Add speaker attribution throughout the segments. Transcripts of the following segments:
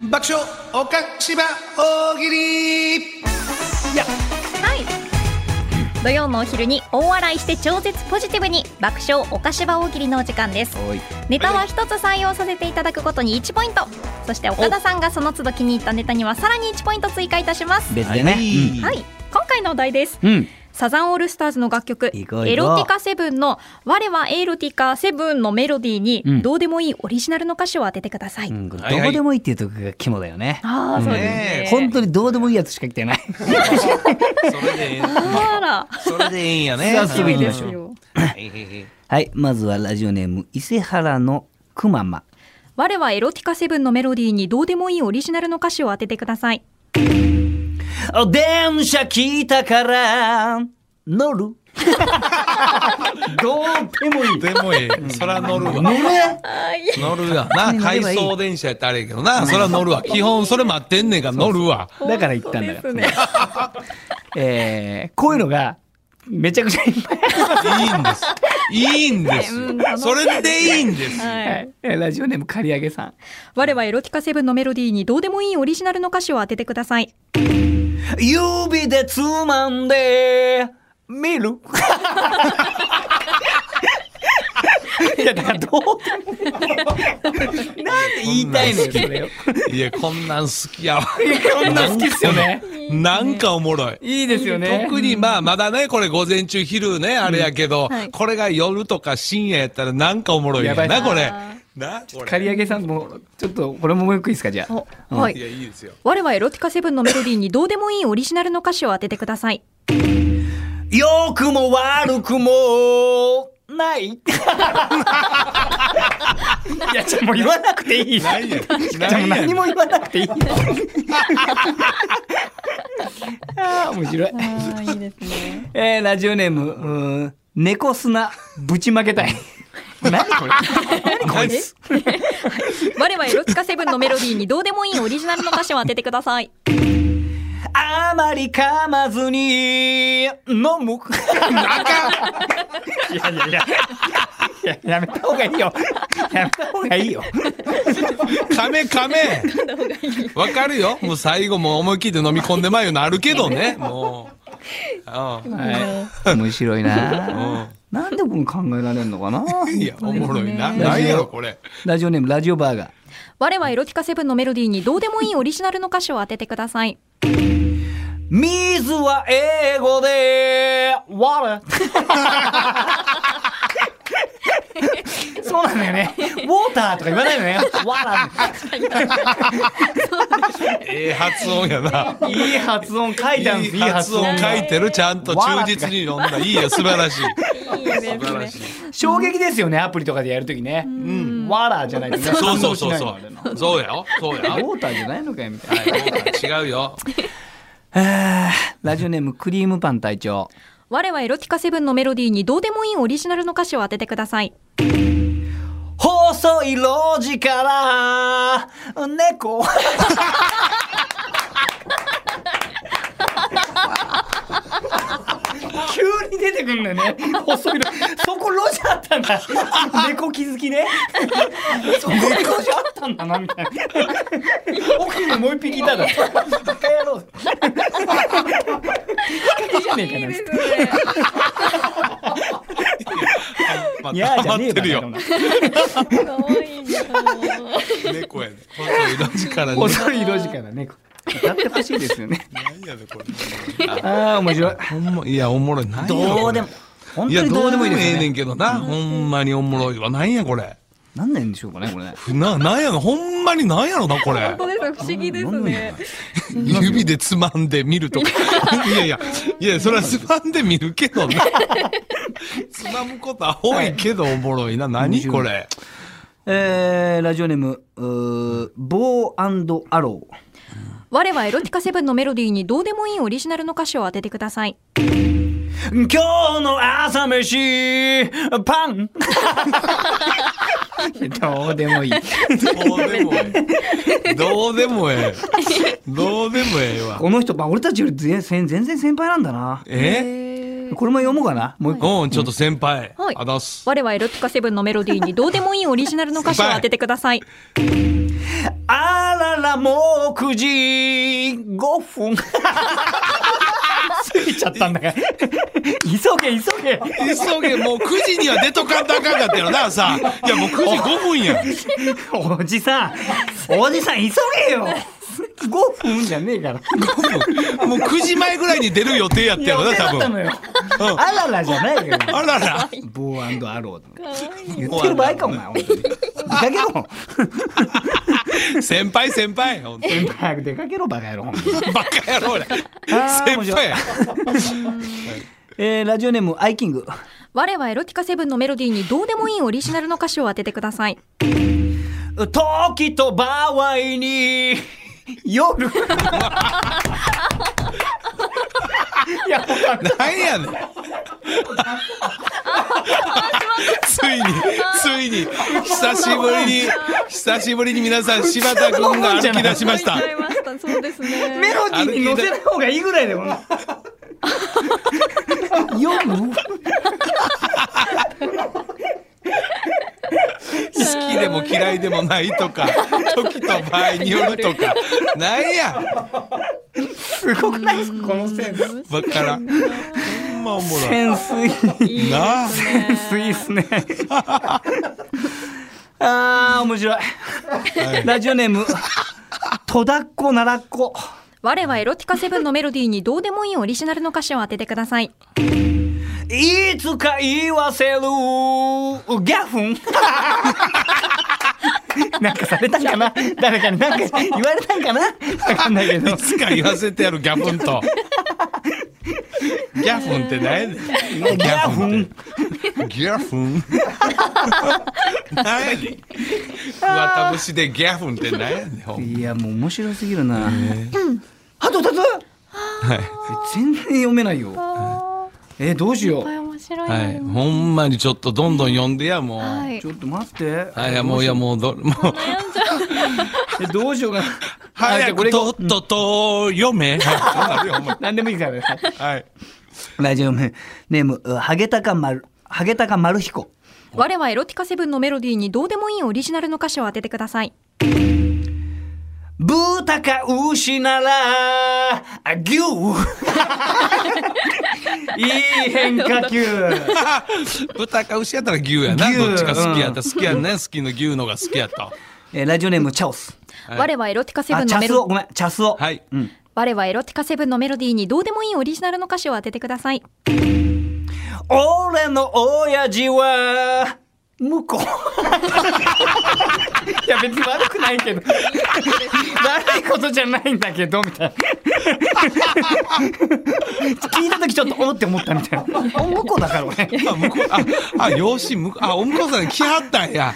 Speaker 1: 爆笑おかしば大喜利
Speaker 2: はい。土曜のお昼に大笑いして超絶ポジティブに爆笑おかしば大喜利のお時間です。ネタは一つ採用させていただくことに1ポイント。そして岡田さんがその都度気に入ったネタにはさらに1ポイント追加いたします。
Speaker 3: 別でね、
Speaker 2: はい。今回のお題です。
Speaker 3: うん、うん、
Speaker 2: サザンオールスターズの楽曲
Speaker 3: いこう
Speaker 2: エ
Speaker 3: いこう
Speaker 2: ロティカセブンの我はエロティカセブンのメロディーに
Speaker 3: うん
Speaker 2: どうでもいいオリジナルの歌詞を当ててください。
Speaker 3: うんこれ
Speaker 1: はいはい
Speaker 3: どうでもいいっていうとこが肝だよね、
Speaker 2: ああ、そうです
Speaker 1: ね
Speaker 2: ね。
Speaker 3: 本当にどうでもいいやつしか来てない
Speaker 1: それでええ
Speaker 2: あら、
Speaker 1: それでええんやね
Speaker 3: 早速行き
Speaker 2: で
Speaker 3: まし
Speaker 2: す
Speaker 3: ょう
Speaker 2: よ。
Speaker 1: はいはいはい
Speaker 3: はいまずはラジオネーム伊勢原のくまま
Speaker 2: 我はエロティカセブンのメロディーにどうでもいいオリジナルの歌詞を当ててください。
Speaker 3: お電車来たから乗るどうでもいい
Speaker 1: でもええそら乗る
Speaker 3: 乗
Speaker 1: わ
Speaker 3: る
Speaker 1: 乗るわな
Speaker 3: 乗ればい
Speaker 1: 回
Speaker 3: い
Speaker 1: 送電車やったらあれやけどなそら乗るわ基本それ待ってんねんから乗るわ
Speaker 3: だから言ったんだ
Speaker 2: そ
Speaker 3: か
Speaker 2: う
Speaker 3: ら、
Speaker 2: ですね。
Speaker 3: えーこういうのがめちゃくちゃいっぱい
Speaker 1: いいんですいいんです
Speaker 2: うん
Speaker 1: よそれでいいんですよ
Speaker 2: は。
Speaker 3: はいいえーラジオネーム刈り上げさん。
Speaker 2: 我はエロティカセブンのメロディーにどうでもいいオリジナルの歌詞を当ててください。
Speaker 3: 指でつまんで、見る。いや、だからどうでもなんで言いたいのよ、それを。
Speaker 1: いやこんなん好きやわ
Speaker 3: こんな好きっすよね。
Speaker 1: なんかおもろい
Speaker 3: いいですよね。
Speaker 1: 特にまあまだねこれ午前中昼ねあれやけど、
Speaker 2: はい
Speaker 1: これが夜とか深夜やったらなんかおもろいねん
Speaker 3: やば
Speaker 1: ないこれ
Speaker 2: あ
Speaker 1: なこ
Speaker 3: 刈
Speaker 1: れ
Speaker 3: り上げさんも、ちょっと、これももう一個いいですか、じゃあ。
Speaker 2: お、はい
Speaker 1: や
Speaker 2: い。
Speaker 1: いいですよ
Speaker 2: 我はエロティカセブンのメロディーにどうでもいいオリジナルの歌詞を当ててください。
Speaker 3: 良くも悪くも、 ない。いや、ちょ、もう言わなくていい。
Speaker 1: ないやん
Speaker 3: じゃあもう
Speaker 1: ない
Speaker 3: 何
Speaker 1: やん
Speaker 3: も言わなくていい。ああ、 面白い。
Speaker 2: ああ、いいですね。
Speaker 3: えー、ラジオネーム、うー猫砂ぶちまけたい。 何これ
Speaker 1: ナイス
Speaker 2: 我はエロティカセブンのメロディーにどうでもいいオリジナルの歌詞を当ててください。
Speaker 3: あまり噛まずに、飲む。あかんいやいやいや。いややめた方がいいよ。やめた方がいいよ。
Speaker 1: カメカメわかるよもう最後もう思い切って飲み込んでまいよなるけど ねもううん
Speaker 3: はい、面白いな。
Speaker 1: う
Speaker 3: なんで僕考えられんのかな。
Speaker 1: んいやおもろいな
Speaker 2: そうですね
Speaker 1: なんやろこれ
Speaker 3: ラジオネームラジオバーガー。
Speaker 2: 我はエロティカセブンのメロディーにどうでもいいオリジナルの歌詞を当ててください。
Speaker 3: 水は英語で、water。そうなんだよね。ウォーターとか言わないよね。water。
Speaker 1: ええ発音やない
Speaker 3: い発音書いてあるんです。
Speaker 1: い
Speaker 3: い
Speaker 1: い
Speaker 3: い
Speaker 1: 発
Speaker 3: 発
Speaker 1: 音
Speaker 3: 音
Speaker 1: 書いてるちゃんと忠実に飲んだいいや素晴らしい
Speaker 2: いいですね
Speaker 1: 素晴らしい
Speaker 3: 衝撃ですよね、アプリとかでやるときね。water じゃないとね
Speaker 1: そうそうそうそ
Speaker 3: 反応しないの
Speaker 1: うそうやよそうや
Speaker 3: あれな
Speaker 1: よ
Speaker 3: ウォーターじゃないのかよみたいな。
Speaker 1: はい違うよ
Speaker 3: ラジオネームクリームパン隊長。
Speaker 2: 我はエロティカセブンのメロディーにどうでもいいオリジナルの歌詞を当ててください。
Speaker 3: 細い路地から猫急に出てくるんだよね細い路そこ路地あったんだ猫気づきねそこ路地あったんだなみたいな奥にもう一匹いただバカ野郎引っ掛けじゃねえかな
Speaker 1: まあ
Speaker 3: いやーじゃね
Speaker 1: 溜ま
Speaker 3: え
Speaker 1: ってる
Speaker 3: だ
Speaker 1: よ
Speaker 3: ろな
Speaker 2: かわいい
Speaker 1: 猫やね。細い路地からね。
Speaker 3: 細い路地から猫歌ってほしいですよね
Speaker 1: 何やねこれ。
Speaker 3: ああ面白い
Speaker 1: ほんまいやおもろい。何や
Speaker 3: どうでも。本当にどうでもいいです
Speaker 1: ええ
Speaker 3: よ
Speaker 1: ね
Speaker 3: ね。
Speaker 1: んけどな。ほんまにおもろいわ。何やこれ。
Speaker 3: 何なんでしょうかね、これね。
Speaker 1: ななんやろほんまになんやろなこ れ。
Speaker 2: です不思議ですね。
Speaker 1: 指でつまんで見る とか。いやいやいやそれはつまんで見るけどな。つまむことは多いけどおもろいな。何これ。
Speaker 3: えー、ラジオネーム、うーボーアロー。
Speaker 2: 我はエロティカセブンのメロディーにどうでもいいオリジナルの歌詞を当ててください。
Speaker 3: 今日の朝飯、パンどうでもいい。
Speaker 1: どうでもええ。どうでもええ。どうでもええわ。
Speaker 3: この人、まあ、俺たちより全全然先輩なんだな。
Speaker 1: え？
Speaker 3: これも読もうかな。もう一個。
Speaker 1: うんちょっと先輩。
Speaker 2: はい
Speaker 1: あだす。
Speaker 2: 我はエロティカセブンのメロディーにどうでもいいオリジナルの歌詞を当ててください。
Speaker 3: あらら、もう9時5分。 過ぎちゃったんだ から。急げ、急げ。
Speaker 1: 急げ、もう9時には出とかんとあかんかったよな、さ。いや、もう9時5分やん。
Speaker 3: おじさん、おじさん、急げよ。5分じゃねえから。
Speaker 1: 5分。もう9時前ぐらいに出る予定やった
Speaker 3: いや、
Speaker 1: よ
Speaker 3: 俺
Speaker 1: な、
Speaker 3: だ
Speaker 1: 多
Speaker 3: ったの
Speaker 1: 分。
Speaker 3: よ。あららじゃないよ。
Speaker 1: あらら。
Speaker 3: ボーアローだ。
Speaker 2: い
Speaker 3: 言ってる場合か、お前。本当に出かけろ。
Speaker 1: 先輩、先輩。ほんと
Speaker 3: 先輩、出かけろ、バカ野郎。ほんとに
Speaker 1: バカ野郎や。
Speaker 3: あー面
Speaker 1: 先
Speaker 3: 白
Speaker 1: 輩
Speaker 3: い
Speaker 1: や。
Speaker 3: えーラジオネーム、アイキング。
Speaker 2: 我はエロティカセブンのメロディーにどうでもいいオリジナルの歌詞を当ててください。
Speaker 3: 時と場合に夜いやわかんな
Speaker 1: な
Speaker 3: い
Speaker 1: んやねん。ついに、ついに、久しぶりに、久しぶりに皆さん、柴田君が歩き出しました。
Speaker 2: いました。そうですね
Speaker 3: メロディーに乗せない方がいいぐらいだよな夜
Speaker 1: 好きでも嫌いでもないとか、時と場合によるとか、なんや、
Speaker 3: すごくないです かこのセンス
Speaker 1: ばっからん。ほんまおもろい。
Speaker 3: センスいい
Speaker 2: いい
Speaker 1: なあ、
Speaker 3: センスいいっすね あー面白い、ラジオネーム戸田っ子奈良っ子
Speaker 2: 我はエロティカセブンのメロディーにどうでもいいオリジナルの歌詞を当ててくだ さい。
Speaker 3: いつか言わせるギャフン なんかされたんかな誰かになんか言われたんかなわかんないけど
Speaker 1: いつか言わせてやるギャフンと。ギャフンって何やねん。
Speaker 3: ギャフン
Speaker 1: ギャフン。何やねん。桑田節でギャフンって何やねんほんま。
Speaker 3: いやもう面白すぎるな、あと2つ全然読めないよえーどうしよう
Speaker 2: 面白
Speaker 1: はい、ほんまにちょっとどんどん読んでや、もう。は
Speaker 2: はい
Speaker 3: ちょっと待って
Speaker 1: い、いや、もう、いや、もう、ど、もう。
Speaker 3: えどうしようかなあじ
Speaker 1: 早
Speaker 3: ゃあこ
Speaker 1: く
Speaker 3: れ
Speaker 1: とっとと読め。はいほんま
Speaker 3: 何でもいいからね
Speaker 1: はい。
Speaker 3: ラジオネームハゲタカマルハゲタカマルヒコ
Speaker 2: 我はエロティカセブンのメロディーにどうでもいいオリジナルの歌詞を当ててください。
Speaker 3: ブータカウシなら、あ、牛 いい変化球。
Speaker 1: 豚か牛やったら牛やな。
Speaker 3: 牛
Speaker 1: どっちか好きやった。好きやね。好きの牛のが好きや った。
Speaker 3: えーラジオネームチャオス。
Speaker 1: はい
Speaker 2: 我はエロティカセブ
Speaker 3: あ、
Speaker 2: ン
Speaker 3: チ
Speaker 2: の
Speaker 3: ャ
Speaker 2: メ
Speaker 3: ス
Speaker 2: ロ
Speaker 3: オ、ごめん、チャスオ。
Speaker 1: はい。
Speaker 3: うん。
Speaker 2: 我はエロティカセブンのメロディーにどうでもいいオリジナルの歌詞を当ててください。
Speaker 3: 俺の親父は、向こう。 いや、別に悪くないけど。悪いことじゃないんだけど、みたいな。聞いたときちょっと、おって思ったみたいな。お、向こうだから俺。
Speaker 1: あ、向こう、あ、あ、養子、向こう、あ、お婿さん来はったんや。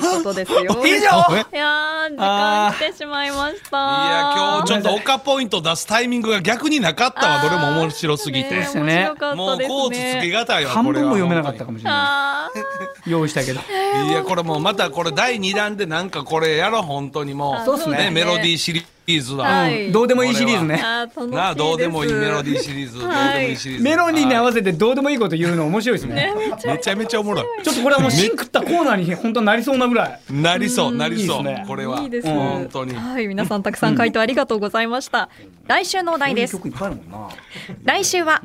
Speaker 2: ということですよ。
Speaker 3: 以上
Speaker 1: おえ
Speaker 2: いやー時間来てしまいました。
Speaker 1: いや、今日ちょっと岡ポイント出すタイミングが逆になかったわ。どれも面白すぎて
Speaker 2: ね。
Speaker 3: す
Speaker 2: 面白か
Speaker 1: も
Speaker 2: った
Speaker 1: う
Speaker 2: ですね。
Speaker 1: コーツつけがたいわ。
Speaker 3: 半
Speaker 1: こ
Speaker 3: 分
Speaker 1: れは
Speaker 3: も読めなかったかもしれな
Speaker 2: あー
Speaker 3: い。用意したけど。
Speaker 1: いや、これもうまたこれ第2弾でなんかこれやろ、本当にもう。
Speaker 2: そう
Speaker 3: っすね
Speaker 1: メロディーシリーズは。
Speaker 2: はい
Speaker 3: うんどうでもいいシリーズね。
Speaker 2: あー楽しいです。
Speaker 1: なあ、どうでもいいメロディーシリーズ。どうでもいいシリーズ。
Speaker 3: メロディーに合
Speaker 1: わ
Speaker 3: わせてどうでもいいこと言うの面白いですね。
Speaker 1: めちゃめちゃおもろい。
Speaker 3: ちょっとこれはもう芯食ったコーナーに本当なりそうなぐらい。
Speaker 1: なりそう、なりそう
Speaker 3: いいですね。
Speaker 1: これはい
Speaker 2: いで。す。
Speaker 1: 本当に。
Speaker 2: はい、皆さんたくさん回答ありがとうございました。来週のお題です。
Speaker 3: いっぱいあるもんな。
Speaker 2: 来週は、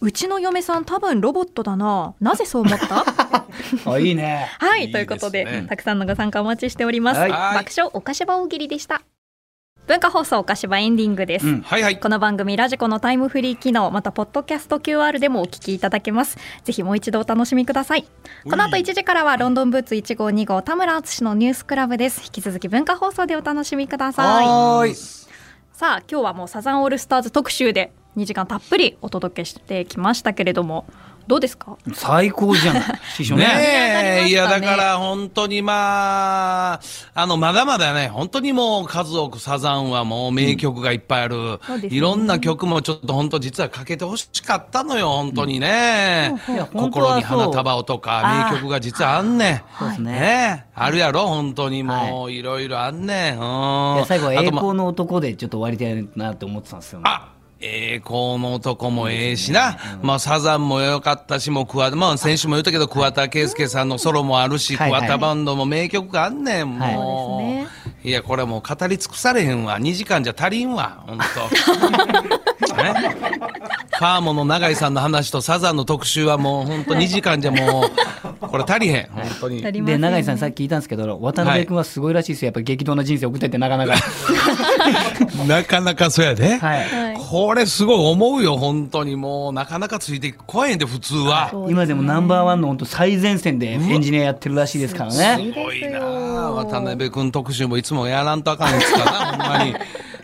Speaker 2: うちの嫁さん多分ロボットだな。なぜそう思った
Speaker 3: あ、いいね。
Speaker 2: はい
Speaker 1: いいですね
Speaker 2: ということで、たくさんのご参加お待ちしております。
Speaker 3: はい
Speaker 2: 爆笑おかしば大喜利でした。文化放送おかしばエンディングです。
Speaker 3: うん
Speaker 1: はいはい。
Speaker 2: この番組ラジコのタイムフリー機能またポッドキャスト QR でもお聞きいただけますぜひもう一度お楽しみくださいこの後1時からはロンドンブーツ1号2号田村敦のニュースクラブです引き続き文化放送でお楽しみください
Speaker 3: はーい。
Speaker 2: さあ今日はもうサザンオールスターズ特集で2時間たっぷりお届けしてきましたけれどもどうですか
Speaker 3: 最高じゃん。 師匠ね。
Speaker 1: ねえ、い
Speaker 2: 盛り上
Speaker 1: や
Speaker 2: がりました
Speaker 1: だ
Speaker 2: ね
Speaker 1: から本当にまあ、あの、まだまだね、本当にもう数多くサザンはもう名曲がいっぱいある。
Speaker 2: そうですね
Speaker 1: いろんな曲もちょっと本当実はかけてほしかったのよ、本当にね。
Speaker 3: いや本当は
Speaker 1: 心に花
Speaker 3: そう
Speaker 1: 束をとか、名曲が実はあんねん。
Speaker 3: そうですね。
Speaker 1: ねえ、あるやろ、本当にもう、いろいろあんねん。うん
Speaker 3: いや最後は栄
Speaker 1: あとま
Speaker 3: 光の男でちょっと終わりたいなって思ってたんですよね。
Speaker 1: あ、ええこの男もええしな、まあサザンも良かったし、もう桑田、まあ先週も言ったけど、桑田佳祐さんのソロもあるし、
Speaker 3: はいはい
Speaker 1: 桑田バンドも名曲があんねん、
Speaker 3: はい
Speaker 1: もう。
Speaker 2: そうで
Speaker 1: いや、これはもう語り尽くされへんわ。2時間じゃ足りんわ、 ほんと。ねファーモの永井さんの話とサザンの特集はもうほんと2時間じゃもう、これ足りへん、ほんとに。
Speaker 2: なります
Speaker 3: で
Speaker 2: ね
Speaker 3: 永井さんさっき聞いたんですけど渡辺君はすごいらしいですよやっぱり激動の人生送っててなかなか
Speaker 1: なかなかそうやで。
Speaker 3: はい
Speaker 2: はい
Speaker 1: これすごい思うよ、本当に。もう、なかなかついてこえんで、普通は。
Speaker 2: そう
Speaker 3: 今でもナンバーワンの本当最前線でエンジニアやってるらしいですからね
Speaker 1: すごいな
Speaker 2: す
Speaker 1: あ
Speaker 2: ごいですよ
Speaker 1: 渡辺君特集もいつもやらんとあかんですからな、ほんまに。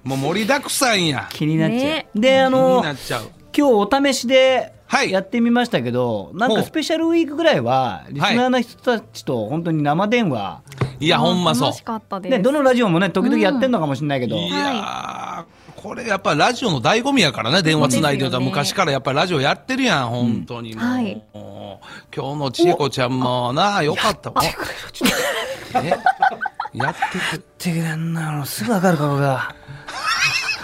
Speaker 1: もう盛りだくさんや。
Speaker 3: 気になっちゃう、
Speaker 2: ね
Speaker 3: であ
Speaker 1: 気に
Speaker 3: の
Speaker 1: な
Speaker 3: 今
Speaker 1: っちゃう。
Speaker 3: 日お試しで
Speaker 1: はい
Speaker 3: やってみましたけど、なん
Speaker 1: ほ
Speaker 3: か
Speaker 1: う
Speaker 3: スペシャルウィークぐらいはリスナーの人たちと本当に生電話、
Speaker 1: いや、ほんまそう
Speaker 2: 楽し。かったです
Speaker 3: ね、どのラジオもね時々やってんのかもしれないけど、
Speaker 1: いやー、これやっぱラジオの醍醐味やからね、電話つないでたら
Speaker 2: そうですよね
Speaker 1: 昔からやっぱラジオやってるやん、本当にもう。
Speaker 2: はい
Speaker 1: 今日の千恵子ちゃんもな、よかったわ。えやってく
Speaker 3: ってくれんなのすぐわかるから俺 は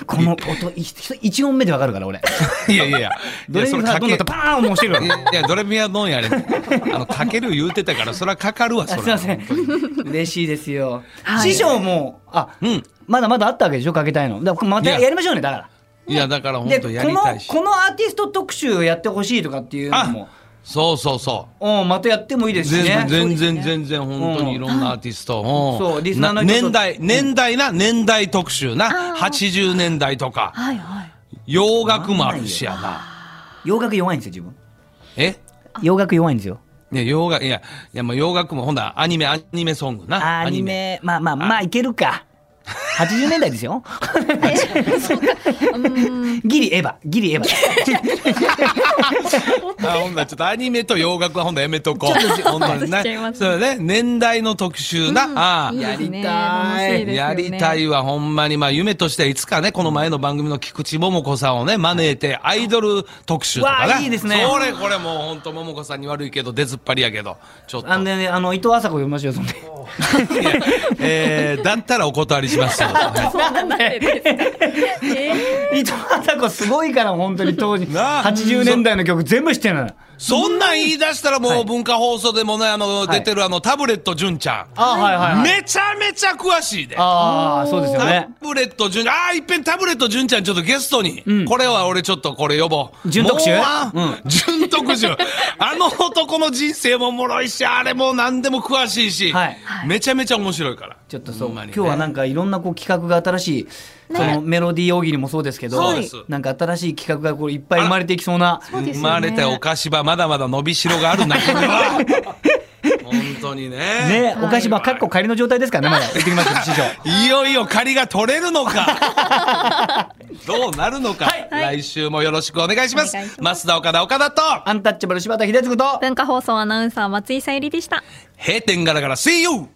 Speaker 3: この音一一音目でわかるから俺
Speaker 1: れ。いやいやいや。い
Speaker 3: ド
Speaker 1: や
Speaker 3: レ
Speaker 1: そ
Speaker 3: ミ
Speaker 1: れ
Speaker 3: ファ
Speaker 1: か
Speaker 3: ドンだ
Speaker 1: け
Speaker 3: とパーンもうしてるわ
Speaker 1: いやいや、ドレミアドンやれ。あの、かける言うてたから、それはかかるわ、そ
Speaker 3: あ
Speaker 1: れ。
Speaker 3: すいません。嬉しいですよ。
Speaker 2: はい
Speaker 3: 師匠も、あ、
Speaker 1: うん
Speaker 3: まだまだあったわけでしょ、かけたいの。だからまた
Speaker 1: いや
Speaker 3: やりましょうね、だか
Speaker 1: いや、だから
Speaker 3: ら。
Speaker 1: 本
Speaker 3: で、
Speaker 1: 当
Speaker 3: この、
Speaker 1: やりたいし。
Speaker 3: このアーティスト特集をやってほしいとかっていうのも
Speaker 1: あ、そうそうそう。
Speaker 3: うん、またやってもいいですしね
Speaker 1: 全。然全然全然本当にいろんなアーティスト、うん
Speaker 3: そうリスナーの
Speaker 1: な
Speaker 3: 人と
Speaker 1: 年代年代な年代特集な80年代とか
Speaker 2: はいはい
Speaker 1: 洋楽もあるしやな
Speaker 3: 洋楽弱いんですよ、自分。
Speaker 1: え
Speaker 3: 洋楽弱いんですよ。
Speaker 1: いや洋楽いやいやもう洋楽もほんならアニメアニメソングな
Speaker 3: アニメ、まあまあまあ、いけるか。80年代ですよ。ギリエヴァ、ギリエヴァ。
Speaker 1: あほんならちょっとアニメと洋楽はほんならやめとこう ほんなら
Speaker 2: ちょっとしちゃいます
Speaker 1: そうだね年代の特集な、ああ
Speaker 2: いいですね
Speaker 3: やりたい
Speaker 2: 楽しいですよね
Speaker 1: やりたいわ、ほんまに。まあ、夢としてはいつかね、この前の番組の菊池桃子さんをね、招いて、アイドル特集とか
Speaker 3: わあ
Speaker 1: ね。
Speaker 3: いいですね
Speaker 1: それ、これもうほんと桃子さんに悪いけど、出ずっぱりやけど、ちょっと。
Speaker 3: あのね、あの、伊藤麻子読みましょう、そんで。
Speaker 1: いやえー、 だったらお断りしますけど。
Speaker 2: そうなんです
Speaker 3: 伊藤麻子すごいから、本当に当時。
Speaker 1: なあ
Speaker 3: 80年代の曲全部知ってるのよ。
Speaker 1: そんなん言い出したらも
Speaker 3: は
Speaker 1: う
Speaker 3: い
Speaker 1: 文化放送でもね、あの、
Speaker 3: はい
Speaker 1: 出てるあの、タブレット純ちゃん。
Speaker 3: あ、はいはい、はい。
Speaker 1: めちゃめちゃ詳しいで。
Speaker 3: ああ、そうですよ
Speaker 1: タ
Speaker 3: ね。
Speaker 1: ブレット純、ああ、いっぺんタブレット純ちゃんちょっとゲストに、
Speaker 3: うん
Speaker 1: これは俺ちょっとこれ呼ぼう。
Speaker 3: 純特集
Speaker 1: もうあ
Speaker 3: うん
Speaker 1: 純特集。あの男の人生もおもろいし、あれも何でも詳しいし、
Speaker 3: はい
Speaker 1: めちゃめちゃ面白いから。
Speaker 3: ちょっとそう、
Speaker 1: ほんま
Speaker 3: 今
Speaker 1: にね
Speaker 3: 日はなんかいろんなこう企画が新しい、そのメロディー大喜利もそうですけど、
Speaker 1: そうです
Speaker 3: なんか新しい企画がこういっぱい生まれていきそうな、
Speaker 2: そうです
Speaker 1: 生
Speaker 2: よね
Speaker 1: まれてお菓子場、まだまだ伸びしろがある中では。 本当にね。
Speaker 3: ね、お菓子場、かっこ仮の状態ですからね、まだ。言ってきますよ、師匠。
Speaker 1: いよいよ借りが取れるのか どうなるのか、来週もよろしくお願いしま
Speaker 2: お
Speaker 1: す
Speaker 2: 願いし
Speaker 1: 増田岡田岡田と
Speaker 3: アンタッチャブル柴田秀嗣と、
Speaker 2: 文化放送アナウンサー松井さゆりでした
Speaker 1: 閉店ガラガラ See you!